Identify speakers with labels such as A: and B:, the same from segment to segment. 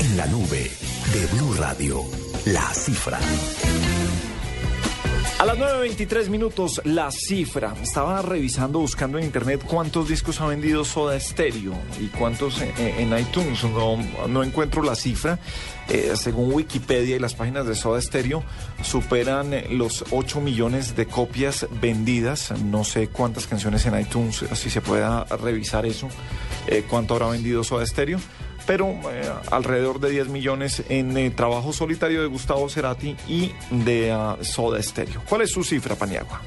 A: En la nube de Blue Radio, la cifra.
B: A las 9.23 minutos, la cifra. Estaba revisando, buscando en internet cuántos discos ha vendido Soda Stereo y cuántos en, en iTunes. No, no encuentro la cifra. Eh, según Wikipedia y las páginas de Soda Stereo, superan eh, los 8 millones de copias vendidas. No sé cuántas canciones en iTunes, si se pueda revisar eso, eh, cuánto habrá vendido Soda Stereo pero eh, alrededor de 10 millones en eh, trabajo solitario de Gustavo Cerati y de uh, Soda Stereo. ¿Cuál es su cifra, Paniagua?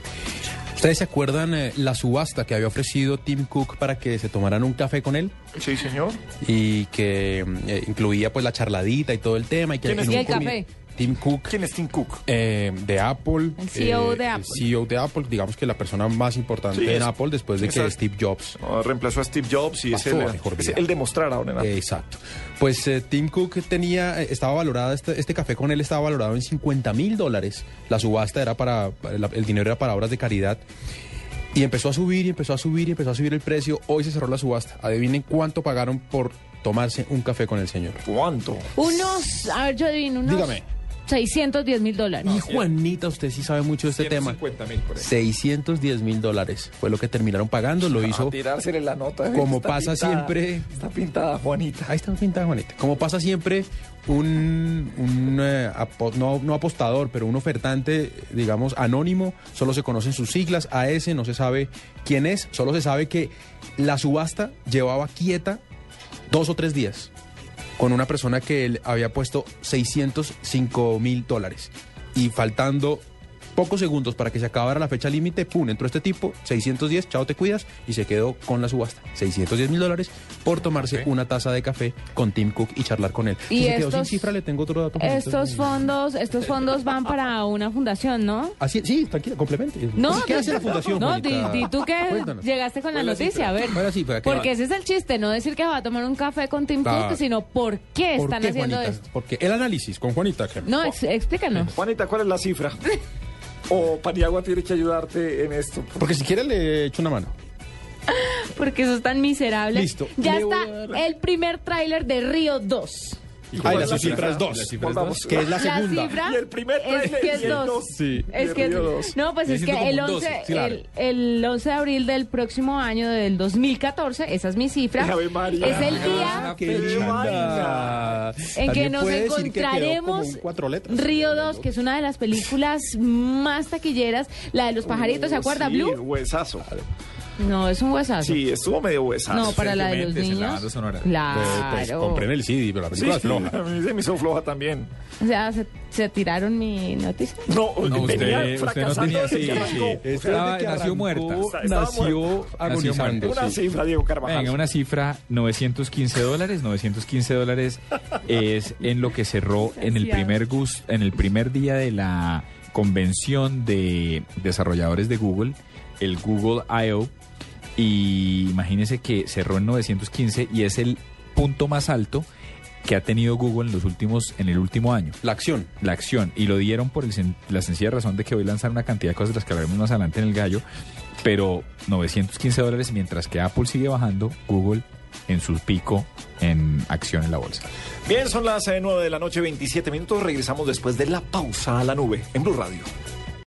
C: ¿Ustedes se acuerdan eh, la subasta que había ofrecido Tim Cook para que se tomaran un café con él?
B: Sí, señor.
C: Y que incluía pues la charladita y todo el tema. Y que
B: ¿Quién es
C: en un
D: Y el
C: comi-
D: café.
C: Tim Cook.
B: ¿Quién E es Tim Cook?
C: eh, de Apple. eh,
D: El CEO de
C: el
D: Apple.
C: CEO de Apple, digamos que la persona más importante
B: Sí,
C: en
B: es-
C: Apple después de que
B: Exacto.
C: Steve Jobs.
B: Ah, reemplazó a Steve Jobs y es
C: Pasó
B: el,
C: a mejor
B: es
C: vida.
B: el de mostrar ahora en
C: Eh,
B: adelante.
C: Exacto. Pues eh, Tim Cook tenía, eh, estaba valorada, este, este café con él estaba valorado en 50 mil dólares. La subasta era para, para la- el dinero era para obras de caridad. Y empezó a subir, y empezó a subir, y empezó a subir el precio. Hoy se cerró la subasta. Adivinen cuánto pagaron por tomarse un café con el señor.
B: ¿Cuánto?
C: este
D: Unos, a ver, yo adivino, unos
C: Dígame.
D: 610 mil dólares.
C: Y Juanita, usted sí sabe mucho de este tema.
B: 150 mil por ahí.
C: 610 mil dólares fue lo que terminaron pagando. Lo
B: A
C: hizo
B: tirársele la nota. ¿eh?
C: como
B: Está
C: pasa
B: pintada,
C: siempre.
B: Está pintada, Juanita.
C: Ahí está pintada Juanita. Como pasa siempre, un, un, eh, apo- no, no apostador, pero un ofertante, digamos, anónimo, solo se conocen sus siglas, AS, no se sabe quién es, solo se sabe que la subasta llevaba quieta dos o tres días con una persona que él había puesto 605 mil dólares y faltando pocos segundos para que se acabara la fecha límite, pum, entró este tipo, 610, chao te cuidas, y se quedó con la subasta, 610 mil dólares por tomarse una taza de café con Tim Cook y charlar con él.
D: Y
C: Si se quedó sin
D: estos-
C: cifra, le tengo otro dato.
D: Estos
C: Entonces,
D: fondos, estos fondos van para una fundación, ¿no?
C: Así, sí, tranquila, complemente.
D: No,
C: Pues, ¿Qué hace la fundación?
D: No,
C: Juanita?
D: di, di tú que
C: Cuéntanos.
D: llegaste con la
C: Buena
D: noticia,
C: cifra.
D: a ver.
C: Buena cifra, ¿qué
D: porque
C: va?
D: ese es el chiste, no decir que va a tomar un café con Tim
C: Claro.
D: Cook, sino por qué
C: ¿Por
D: están
C: qué,
D: haciendo
C: Juanita?
D: esto.
C: Porque el análisis con Juanita. Gemma.
D: No, ex- explícanos.
B: Juanita, ¿cuál es la cifra? O Paniagua tiene que ayudarte en esto.
C: Porque si quiere le echo una mano.
D: Porque eso es tan miserable.
C: Listo.
D: Ya
C: Le voy a
D: está el primer tráiler de Río 2.
C: Ay,
B: cuál
C: la
B: es la
C: cifra
B: cifra?
C: es dos.
B: La cifra es dos.
C: Que es la segunda.
D: cifra
B: Y el primer
D: es
B: tráiler
D: que
B: y
D: es
B: el dos.
D: 2.
C: Sí.
D: Es
B: De
D: que
B: Río dos.
D: No, pues
C: Yo
D: es que
C: siento como
D: el
C: un
D: 11,
C: 12, claro.
D: el, el 11 de abril del próximo año del 2014, esa es mi cifra.
B: Ave María.
D: Es el día
C: ¡Qué linda!
D: en que
C: También
D: nos
C: puede decir que quedó
D: encontraremos
C: como un cuatro letras.
D: Río 2, que es una de las películas más taquilleras, la
C: Oh,
D: de los pajaritos, ¿se acuerda,
B: Sí,
D: Blue?
B: huesazo.
D: No, es un huesazo.
B: Sí, estuvo medio huesazo.
D: no, para la de los
E: Mentes
D: niños.
E: en la banda sonora.
D: Claro.
C: Pues, pues, compren el CD, pero la
B: Sí,
C: película es floja.
B: a mí se me hizo floja también.
D: O sea, se, se tiraron mi noticia.
B: No,
E: No,
B: venía
E: usted, usted no
B: fracasando
E: tenía.
B: desde
E: Sí,
B: que arrancó.
E: sí.
B: Usted
E: Estaba-
B: desde que
E: nació
B: arrancó,
E: muerta.
B: estaba muerta.
C: Nació agonizando.
E: muerta.
B: Una
C: sí.
B: cifra, Diego Carvajal.
E: Venga, una cifra, 915 dólares. 915 dólares es en lo que cerró en el primer, gus- en el primer día de la convención de desarrolladores de Google, el Google I.O. Y imagínense que cerró en 915 y es el punto más alto que ha tenido Google en los últimos, en el último año
C: La acción.
E: la acción y lo dieron por el sen- la sencilla razón de que hoy lanzar una cantidad de cosas de las que hablaremos más adelante en el gallo, pero 915 dólares mientras que Apple sigue bajando, Google en su pico en acción en la bolsa.
B: Bien, son las eh, 9 de la noche, 27 minutos. Regresamos después de la pausa a la nube en Blue Radio.